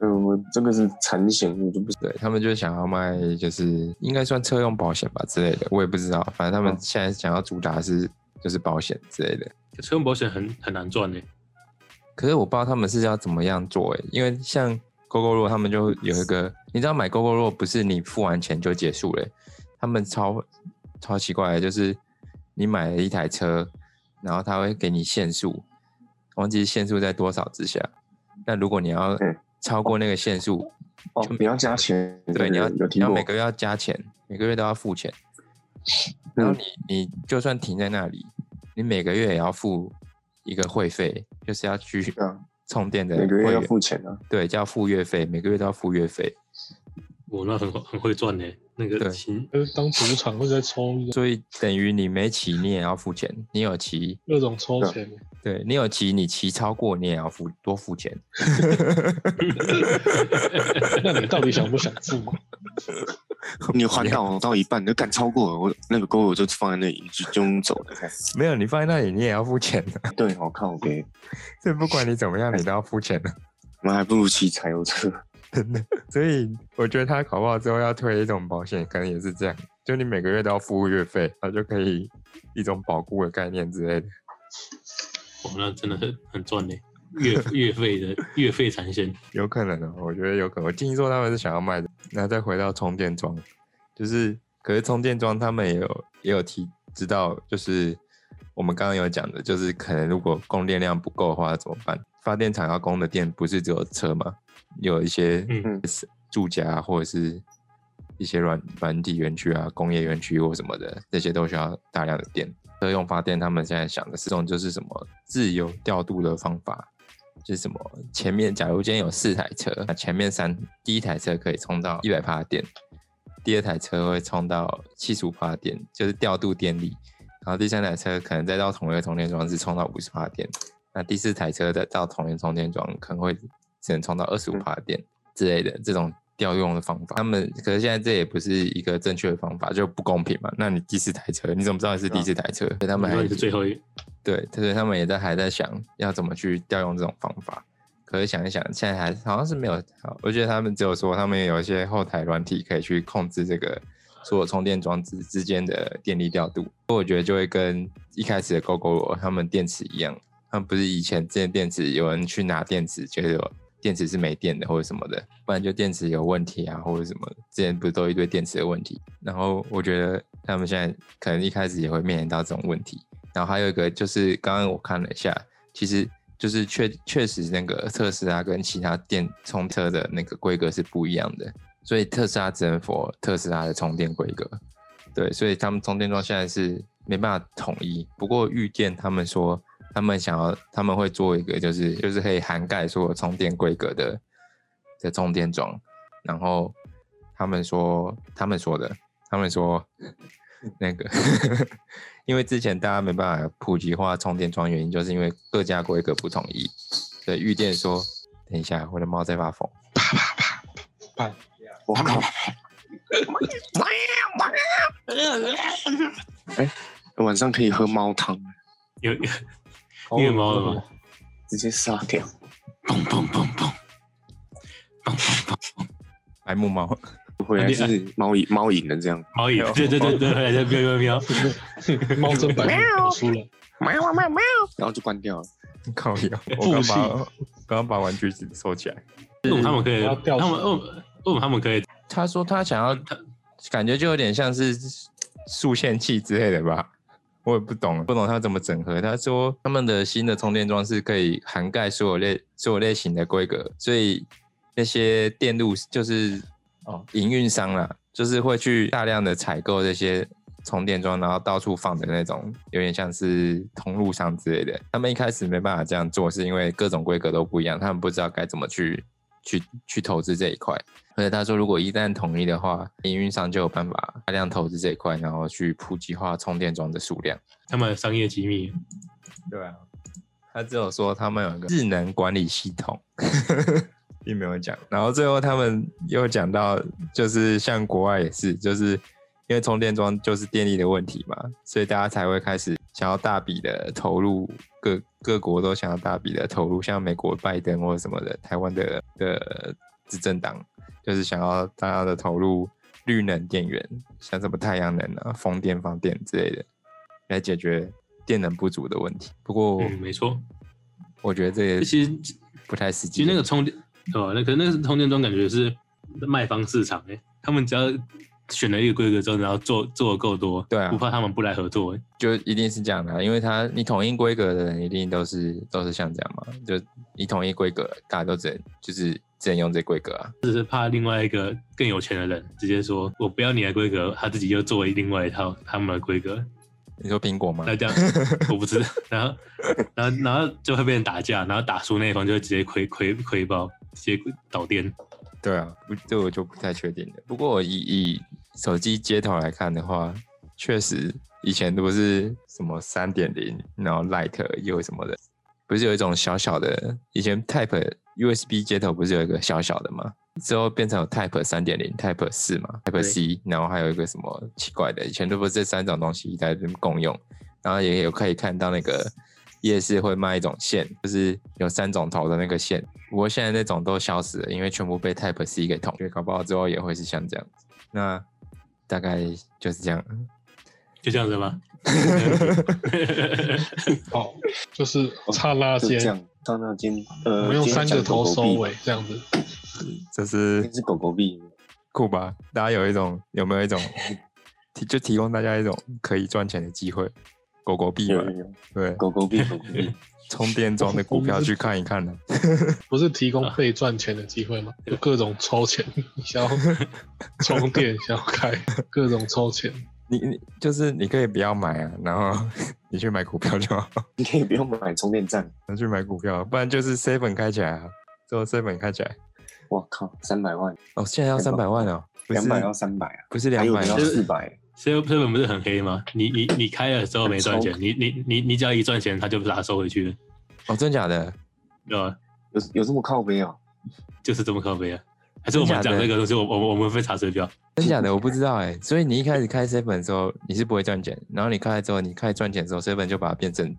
[SPEAKER 2] 呃，我这个是残险，我就不
[SPEAKER 1] 对他们就想要卖，就是应该算车用保险吧之类的，我也不知道。反正他们
[SPEAKER 2] 嗯
[SPEAKER 1] 现在想要主打的是就是保险之类的。
[SPEAKER 4] 车用保险很很难赚呢、
[SPEAKER 1] 可是我不知道他们是要怎么样做诶、欸因为像勾勾肉他们就有一个，你知道买勾勾肉不是你付完钱就结束了欸、他们超超奇怪的，就是你买了一台车，然后他会给你限速，忘记限速在多少之下。那如果你要
[SPEAKER 2] 嗯
[SPEAKER 1] 超过那个限速，
[SPEAKER 2] 哦，你要加钱，
[SPEAKER 1] 对，你要
[SPEAKER 2] 有
[SPEAKER 1] 你
[SPEAKER 2] 听
[SPEAKER 1] 要
[SPEAKER 2] 过
[SPEAKER 1] 每？个月要加钱，每个月都要付钱。
[SPEAKER 2] 嗯
[SPEAKER 1] 然后你你就算停在那里，你每个月也要付一个会费，就是要去
[SPEAKER 2] 对啊
[SPEAKER 1] 充电的
[SPEAKER 2] 每个
[SPEAKER 1] 会
[SPEAKER 2] 月要
[SPEAKER 1] 员
[SPEAKER 2] 付钱 啊，
[SPEAKER 1] 对，叫付月费，每个月都要付月费。
[SPEAKER 4] 我那很很会赚呢、那
[SPEAKER 1] 对
[SPEAKER 4] 个行
[SPEAKER 3] 就是当赌场或者在抽
[SPEAKER 1] 所以等于你没骑，你也要付钱；你有骑，
[SPEAKER 3] 各种抽钱，
[SPEAKER 1] 对你有骑，你骑超过你也要付多付钱。
[SPEAKER 3] 哎那你到底想不想付嘛？
[SPEAKER 2] 你环岛到一半，你就赶超过了我那个沟，我就放在那里就就用走了。
[SPEAKER 1] 没有，你放在那里你也要付钱的，
[SPEAKER 2] 对，好看我给
[SPEAKER 1] 所以不管你怎么样，你都要付钱的。
[SPEAKER 2] 那还不如骑柴油车。
[SPEAKER 1] 所以我觉得他搞不好之后要推一种保险，可能也是这样，就你每个月都要付月费，他就可以一种保固的概念之类的。
[SPEAKER 4] 哦，那真的很很赚嘞，月月费的月费产线，
[SPEAKER 1] 有可能哦，我觉得有可能。我听说他们是想要卖的，那再回到充电桩，就是可是充电桩他们也有也有提知道，就是我们刚刚有讲的，就是可能如果供电量不够的话怎么办？发电厂要供的电不是只有车吗？有一些
[SPEAKER 4] 嗯
[SPEAKER 1] 住家啊或者是一些软软体园区啊、工业园区或什么的，这些都需要大量的电。车用发电，他们现在想的是这种就是什么自由调度的方法，就是什么前面假如今天有四台车，那前面三第一台车可以充到一百帕的电，第二台车会充到七十五帕的电，就是调度电力，然后第三台车可能再到同一个充电桩是充到五十帕的电，那第四台车再到同一个充电桩可能会只能充到二十五帕的电。之类的这种调用的方法。他们可是现在这也不是一个正确的方法，就不公平嘛。那你第四台车，你怎么知道你是第四台车？所以他们
[SPEAKER 4] 因
[SPEAKER 1] 还
[SPEAKER 4] 为是最后一，
[SPEAKER 1] 对，所以他们也在还在想要怎么去调用这种方法。可是想一想，现在还好像是没有。好我觉得他们只有说他们有一些后台软体可以去控制这个所有充电装置之间的电力调度。我觉得就会跟一开始的 GoGo 他们电池一样，他们不是以前之前电池有人去拿电池，就是有电池是没电的或者什么的，不然就电池有问题啊或者什么的。之前不是都一堆电池的问题？然后我觉得他们现在可能一开始也会面临到这种问题。然后还有一个就是刚刚我看了一下，其实就是确确实那个特斯拉跟其他电充车的那个规格是不一样的，所以特斯拉只能否特斯拉的充电规格。对，所以他们充电桩现在是没办法统一。不过预电他们说，他们想要他们会做一个就是就是可以涵盖所有充电规格的的充电桩，然后他们说他们说的他们说 那个，因为之前大家没办法普及化充电桩，原因就是因为各家规格不统一，所以预电说，等一下我的猫在发疯，
[SPEAKER 2] 我靠！ 哎、晚上可以喝猫汤，
[SPEAKER 4] 因为因为猫了
[SPEAKER 1] 哦
[SPEAKER 4] 嘛，
[SPEAKER 2] 直接杀掉。
[SPEAKER 4] 砰砰砰砰，
[SPEAKER 1] 白木猫，
[SPEAKER 2] 回
[SPEAKER 1] 啊
[SPEAKER 2] 来是猫赢，猫赢了这样。
[SPEAKER 4] 猫
[SPEAKER 1] 哎
[SPEAKER 4] 也对对对对，对喵 喵喵，
[SPEAKER 3] 猫真白目，跑输了。
[SPEAKER 2] 然后就关掉了。
[SPEAKER 1] 靠腰，我
[SPEAKER 3] 父
[SPEAKER 1] 刚
[SPEAKER 3] 系
[SPEAKER 1] 把刚刚把玩具收起来。
[SPEAKER 4] 为什么他们可以，
[SPEAKER 3] 要掉
[SPEAKER 4] 他
[SPEAKER 3] 出
[SPEAKER 4] 们
[SPEAKER 3] 来
[SPEAKER 4] 为什么为什么他们可以，
[SPEAKER 1] 他说他想要，他感觉就有点像是束线器之类的吧，我也不懂，不懂他怎么整合。他说他们的新的充电桩是可以涵盖所有类所有类型的规格，所以那些电路就是哦营运商啦，就是会去大量的采购这些。充电桩，然后到处放的那种，有点像是通路商之类的。他们一开始没办法这样做，是因为各种规格都不一样，他们不知道该怎么去去去投资这一块。而且他说，如果一旦统一的话，营运商就有办法大量投资这一块，然后去普及化充电桩的数量。
[SPEAKER 4] 他们有商业机密，
[SPEAKER 1] 对啊，他只有说他们有一个智能管理系统，并没有讲。然后最后他们又讲到，就是像国外也是，就是因为充电桩就是电力的问题嘛，所以大家才会开始想要大笔的投入，各各国都想要大笔的投入，像美国拜登或者什么的，台湾的的执政党就是想要大量的投入绿能电源，像什么太阳能啊、风电、放电之类的，来解决电能不足的问题。不过，
[SPEAKER 4] 嗯，没错，
[SPEAKER 1] 我觉得这也
[SPEAKER 4] 其实
[SPEAKER 1] 不太实
[SPEAKER 4] 其
[SPEAKER 1] 际。
[SPEAKER 4] 实那个充电，对吧？那可那个充电桩感觉是卖方市场哎、他们只要选了一个规格之后，然后做做的够多，
[SPEAKER 1] 对啊
[SPEAKER 4] 不怕他们不来合作、欸。
[SPEAKER 1] 就一定是这样的啊、因为他你统一规格的人一定都是都是像这样嘛，就你统一规格，大家都只能就是只能用这规格啊。
[SPEAKER 4] 只是怕另外一个更有钱的人直接说我不要你的规格，他自己又做另外一套他们的规格，
[SPEAKER 1] 你说苹果吗？
[SPEAKER 4] 那 这样我不知道，然后然后然后就会被人打架，然后打输那一方就会直接亏亏亏爆，直接倒颠。
[SPEAKER 1] 对啊，不，这我就不太确定了。不过我以以手机接头来看的话，确实以前都是什么三点零，然后 Light 又什么的，不是有一种小小的，以前 Type USB 接头不是有一个小小的吗？之后变成有 Type 三点零、Type 四嘛、Type C，然后还有一个什么奇怪的，以前都不是这三种东西在这边共用，然后也有可以看到那个夜市会卖一种线，就是有三种头的那个线。不过现在那种都消失了，因为全部被 Type C 给统，所以搞不好之后也会是像这样子。那大概就是这样。
[SPEAKER 4] 就这样 子吗？
[SPEAKER 3] 好，就是刹那
[SPEAKER 2] 就这
[SPEAKER 3] 间，
[SPEAKER 2] 样。到那间，
[SPEAKER 3] 我
[SPEAKER 2] 呃，
[SPEAKER 3] 们用三个头收
[SPEAKER 2] 今天讲狗狗
[SPEAKER 3] 尾
[SPEAKER 2] 币，
[SPEAKER 3] 这样子。
[SPEAKER 1] 这
[SPEAKER 2] 今
[SPEAKER 1] 是
[SPEAKER 2] 天是狗狗币，
[SPEAKER 1] 酷吧？大家有一种有没有一种提就提供大家一种可以赚钱的机会？狗狗币嘛
[SPEAKER 2] 有，有有
[SPEAKER 1] 对，
[SPEAKER 2] 狗狗币，狗狗币，
[SPEAKER 1] 充电桩的股票去看一看呢、
[SPEAKER 3] 不是提供可以赚钱的机会吗？有各种抽钱，你想要充电，想要开各种抽钱，
[SPEAKER 1] 你你就是你可以不要买啊，然后 你去买股票就好，
[SPEAKER 2] 你可以不用买充电站。
[SPEAKER 1] 你去买股票，不然就是 seven 开起来啊，之后 seven 开起来，
[SPEAKER 2] 我靠，三百万，
[SPEAKER 1] 哦，现在要三百万哦，不
[SPEAKER 2] 两
[SPEAKER 1] 是
[SPEAKER 2] 百到三百啊，
[SPEAKER 1] 不是
[SPEAKER 2] 还
[SPEAKER 1] 两
[SPEAKER 2] 有
[SPEAKER 1] 百哦
[SPEAKER 2] 人要
[SPEAKER 4] 就是
[SPEAKER 2] 四百，
[SPEAKER 4] 所以 e v 不是很黑吗？你你你开了之后没赚钱，
[SPEAKER 2] 很
[SPEAKER 4] 你你你你只要一赚钱，他就把它收回去了，
[SPEAKER 1] 哦，真假的？
[SPEAKER 4] 对吧？
[SPEAKER 2] 有有这么靠背哦？
[SPEAKER 4] 就是这么靠背啊。还是我们讲这个东西，我我我们会查水表，
[SPEAKER 1] 真假的我不知道哎、所以你一开始开 seven 的时候你是不会赚钱，然后你开了之后你开始赚钱的时候 seven 就把它变成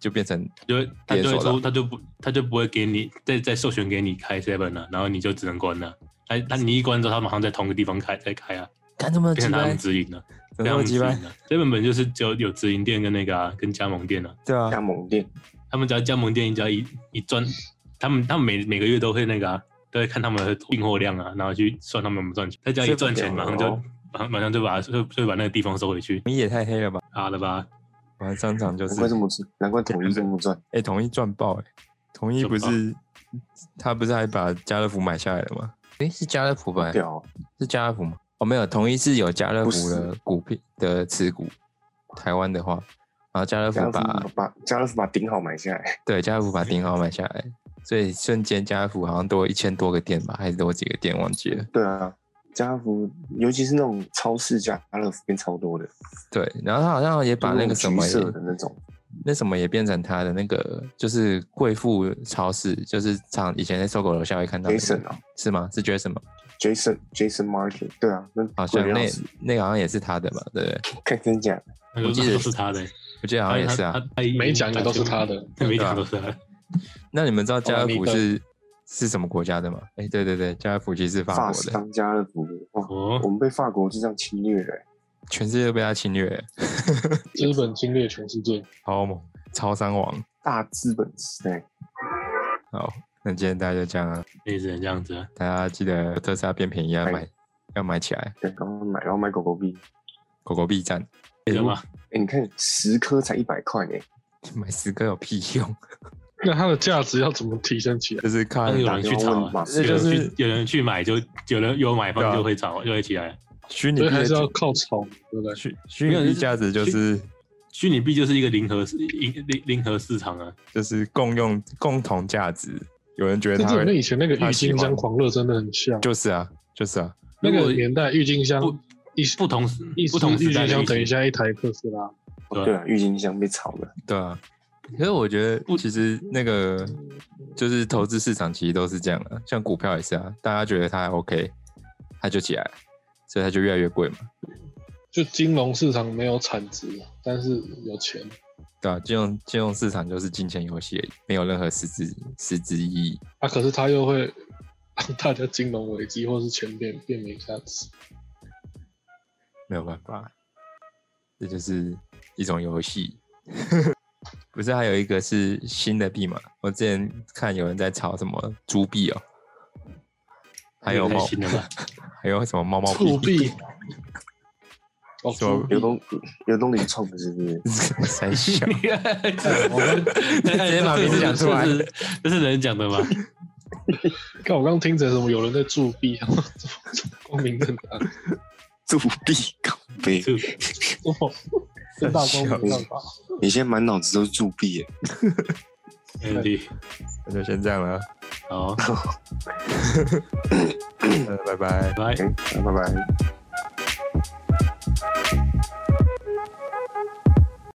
[SPEAKER 1] 就变成
[SPEAKER 4] 就会他就
[SPEAKER 1] 别
[SPEAKER 4] 会
[SPEAKER 1] 说了
[SPEAKER 4] 抽，他就不他就不会给你再再授权给你开 seven 了，然后你就只能关了。他他你一关之后，他马上在同一个地方开再开啊，
[SPEAKER 1] 干这么
[SPEAKER 4] 变
[SPEAKER 1] 鸡
[SPEAKER 4] 成他
[SPEAKER 1] 掰
[SPEAKER 4] 们，直营了，
[SPEAKER 1] 怎
[SPEAKER 4] 变
[SPEAKER 1] 么那么
[SPEAKER 4] 成他们直
[SPEAKER 1] 鸡
[SPEAKER 4] 营
[SPEAKER 1] 掰？
[SPEAKER 4] 了。这本本就是只有有直营店跟那个啊，跟加盟店啊，
[SPEAKER 1] 对啊，
[SPEAKER 2] 加盟店，
[SPEAKER 4] 他们只要加盟店，只要一一赚，他们他们每每个月都会那个啊，都会看他们的订货量啊，然后去算他们有没有赚钱。他只要一赚钱，
[SPEAKER 2] 这
[SPEAKER 4] 马
[SPEAKER 2] 不了
[SPEAKER 4] 上就
[SPEAKER 2] 哦
[SPEAKER 4] 马上马上就把就就把那个地方收回去，
[SPEAKER 1] 你也太黑了吧！
[SPEAKER 4] 好了吧？
[SPEAKER 1] 我们商场就是
[SPEAKER 2] 难怪这么赚，难怪统一这 么赚。
[SPEAKER 1] 哎、统一赚爆哎、统一不
[SPEAKER 4] 赚爆
[SPEAKER 1] 是他不是还把家乐福买下来了吗？哎、是家乐福吧？
[SPEAKER 2] 屌哦，
[SPEAKER 1] 是家乐福吗？哦，没有，统一是有家乐
[SPEAKER 2] 不
[SPEAKER 1] 福
[SPEAKER 2] 是
[SPEAKER 1] 的股票的持股，台湾的话，然后家乐福
[SPEAKER 2] 家乐
[SPEAKER 1] 把
[SPEAKER 2] 福把家乐福把顶好买下来，
[SPEAKER 1] 对家乐福把顶好买下来，所以瞬间家乐福好像多一千多个店吧，还是多几个店忘记了。
[SPEAKER 2] 对啊，家乐福尤其是那种超市家乐福变超多的，
[SPEAKER 1] 对，然后他好像也把那个
[SPEAKER 2] 就
[SPEAKER 1] 什
[SPEAKER 2] 种橘
[SPEAKER 1] 么也
[SPEAKER 2] 色的那种，
[SPEAKER 1] 那什么也变成他的那个就是贵妇超市，就是常以前在搜狗楼下会看到、那个
[SPEAKER 2] Jason 啊
[SPEAKER 1] 是吗？是 Jason 吗？
[SPEAKER 2] Jason Jason Market，对啊，那
[SPEAKER 1] 好
[SPEAKER 2] 贵
[SPEAKER 1] 像
[SPEAKER 2] 得要
[SPEAKER 1] 那
[SPEAKER 2] 死
[SPEAKER 1] 那个好像也是他的吧，对不对？
[SPEAKER 2] 看真假，
[SPEAKER 4] 那个
[SPEAKER 1] 我记得
[SPEAKER 4] 都是他的，
[SPEAKER 1] 我记得好像也是
[SPEAKER 4] 他
[SPEAKER 1] 啊。，
[SPEAKER 4] 他
[SPEAKER 3] 每讲一个都是他的，
[SPEAKER 4] 他每讲都是他的。
[SPEAKER 1] 那你们知道家乐
[SPEAKER 3] 哦
[SPEAKER 1] 福
[SPEAKER 3] 那个
[SPEAKER 1] 是是什么国家的吗？哎，对对对，家乐福其实是法
[SPEAKER 2] 法
[SPEAKER 1] 国的，
[SPEAKER 2] 商家乐福，哇，
[SPEAKER 4] 哦
[SPEAKER 2] 我，们被法国就这样侵略了欸，
[SPEAKER 1] 全世界都被他侵略，
[SPEAKER 3] 资本侵略全世界。
[SPEAKER 1] 超猛，超商王。
[SPEAKER 2] 大资本时代，
[SPEAKER 1] 好，那今天大家就这样啊，
[SPEAKER 4] 也只能这样子啊。
[SPEAKER 1] 大家记得特斯拉变便宜要
[SPEAKER 2] 哎
[SPEAKER 1] 买，要买起来，
[SPEAKER 2] 对，然后买然后买狗狗币，
[SPEAKER 1] 狗狗币站。
[SPEAKER 4] 有吗？
[SPEAKER 2] 哎，你看十颗才一百块呢，
[SPEAKER 1] 买十个有屁 用？
[SPEAKER 3] 那它的价值要怎么提升起来？
[SPEAKER 1] 就是
[SPEAKER 4] 当
[SPEAKER 1] 看
[SPEAKER 4] 然有
[SPEAKER 2] 打
[SPEAKER 4] 人去
[SPEAKER 2] 电话
[SPEAKER 4] 炒
[SPEAKER 2] 问马
[SPEAKER 4] 啊，
[SPEAKER 2] 斯
[SPEAKER 4] 有
[SPEAKER 1] 克
[SPEAKER 4] 人
[SPEAKER 1] 这就是
[SPEAKER 4] 去有人去买，就有人有买
[SPEAKER 1] 对
[SPEAKER 4] 方
[SPEAKER 1] 啊
[SPEAKER 4] 就会炒，就会起来。
[SPEAKER 1] 虚拟
[SPEAKER 3] 所
[SPEAKER 1] 币
[SPEAKER 3] 以还是要
[SPEAKER 1] 的
[SPEAKER 3] 靠炒，对不对？
[SPEAKER 1] 虚虚拟
[SPEAKER 4] 没有
[SPEAKER 1] 币
[SPEAKER 4] 就是
[SPEAKER 1] 价值就是
[SPEAKER 4] 虚拟币就是一个零和市零零零和市场啊，
[SPEAKER 1] 就是共用共同价值，有人觉得
[SPEAKER 3] 这
[SPEAKER 1] 它
[SPEAKER 3] 就跟
[SPEAKER 1] 会
[SPEAKER 3] 以前那个
[SPEAKER 1] 他
[SPEAKER 3] 郁
[SPEAKER 1] 喜
[SPEAKER 3] 金
[SPEAKER 1] 欢
[SPEAKER 3] 香狂热真的很像。
[SPEAKER 1] 就是啊就是啊，
[SPEAKER 3] 那
[SPEAKER 4] 如
[SPEAKER 3] 个
[SPEAKER 4] 果
[SPEAKER 3] 年代郁金香
[SPEAKER 4] 不
[SPEAKER 3] 一
[SPEAKER 4] 不同
[SPEAKER 3] 一
[SPEAKER 4] 不同
[SPEAKER 3] 郁
[SPEAKER 4] 时
[SPEAKER 3] 金
[SPEAKER 4] 代的
[SPEAKER 3] 香
[SPEAKER 4] 疫
[SPEAKER 3] 等于
[SPEAKER 4] 情
[SPEAKER 3] 现在一台特斯拉，
[SPEAKER 4] 对
[SPEAKER 2] 对啊，郁金香被炒了，
[SPEAKER 1] 对啊，可是我觉得其实那个就是投资市场其实都是这样的、像股票也是啊，大家觉得它 OK，它就起来了，所以它就越来越贵嘛，
[SPEAKER 3] 就金融市场没有产值，但是有钱。
[SPEAKER 1] 对啊，金融金融市场就是金钱游戏而已，没有任何实质实质意义。
[SPEAKER 3] 啊，可是它又会让大家金融危机或是钱变变没价值。
[SPEAKER 1] 没有办法，这就是一种游戏。 不是还有一个是新的币吗？我之前看有人在炒什么猪币哦，还有
[SPEAKER 4] 太
[SPEAKER 1] 猫，
[SPEAKER 4] 新的吧？
[SPEAKER 1] 还有什么猫猫
[SPEAKER 3] 铸
[SPEAKER 1] 币，
[SPEAKER 3] 币，哦，
[SPEAKER 1] 说
[SPEAKER 3] 铸币
[SPEAKER 2] 刘，东刘东林创的是不是？
[SPEAKER 1] 三小。
[SPEAKER 3] 我们
[SPEAKER 1] 直接把名字讲出来
[SPEAKER 4] 这是，这是人讲 的吗？
[SPEAKER 3] 看我刚听成什么，有人在铸币， 然后怎么光明正大，
[SPEAKER 2] 铸币靠背，
[SPEAKER 4] 就
[SPEAKER 3] 哇，正大光明正大。
[SPEAKER 2] 你现在满脑子都是铸币耶，
[SPEAKER 4] 没问题。
[SPEAKER 1] 那就先这样了，啊
[SPEAKER 4] 好，
[SPEAKER 1] 呃拜拜。
[SPEAKER 4] 拜。
[SPEAKER 2] 嗯拜拜。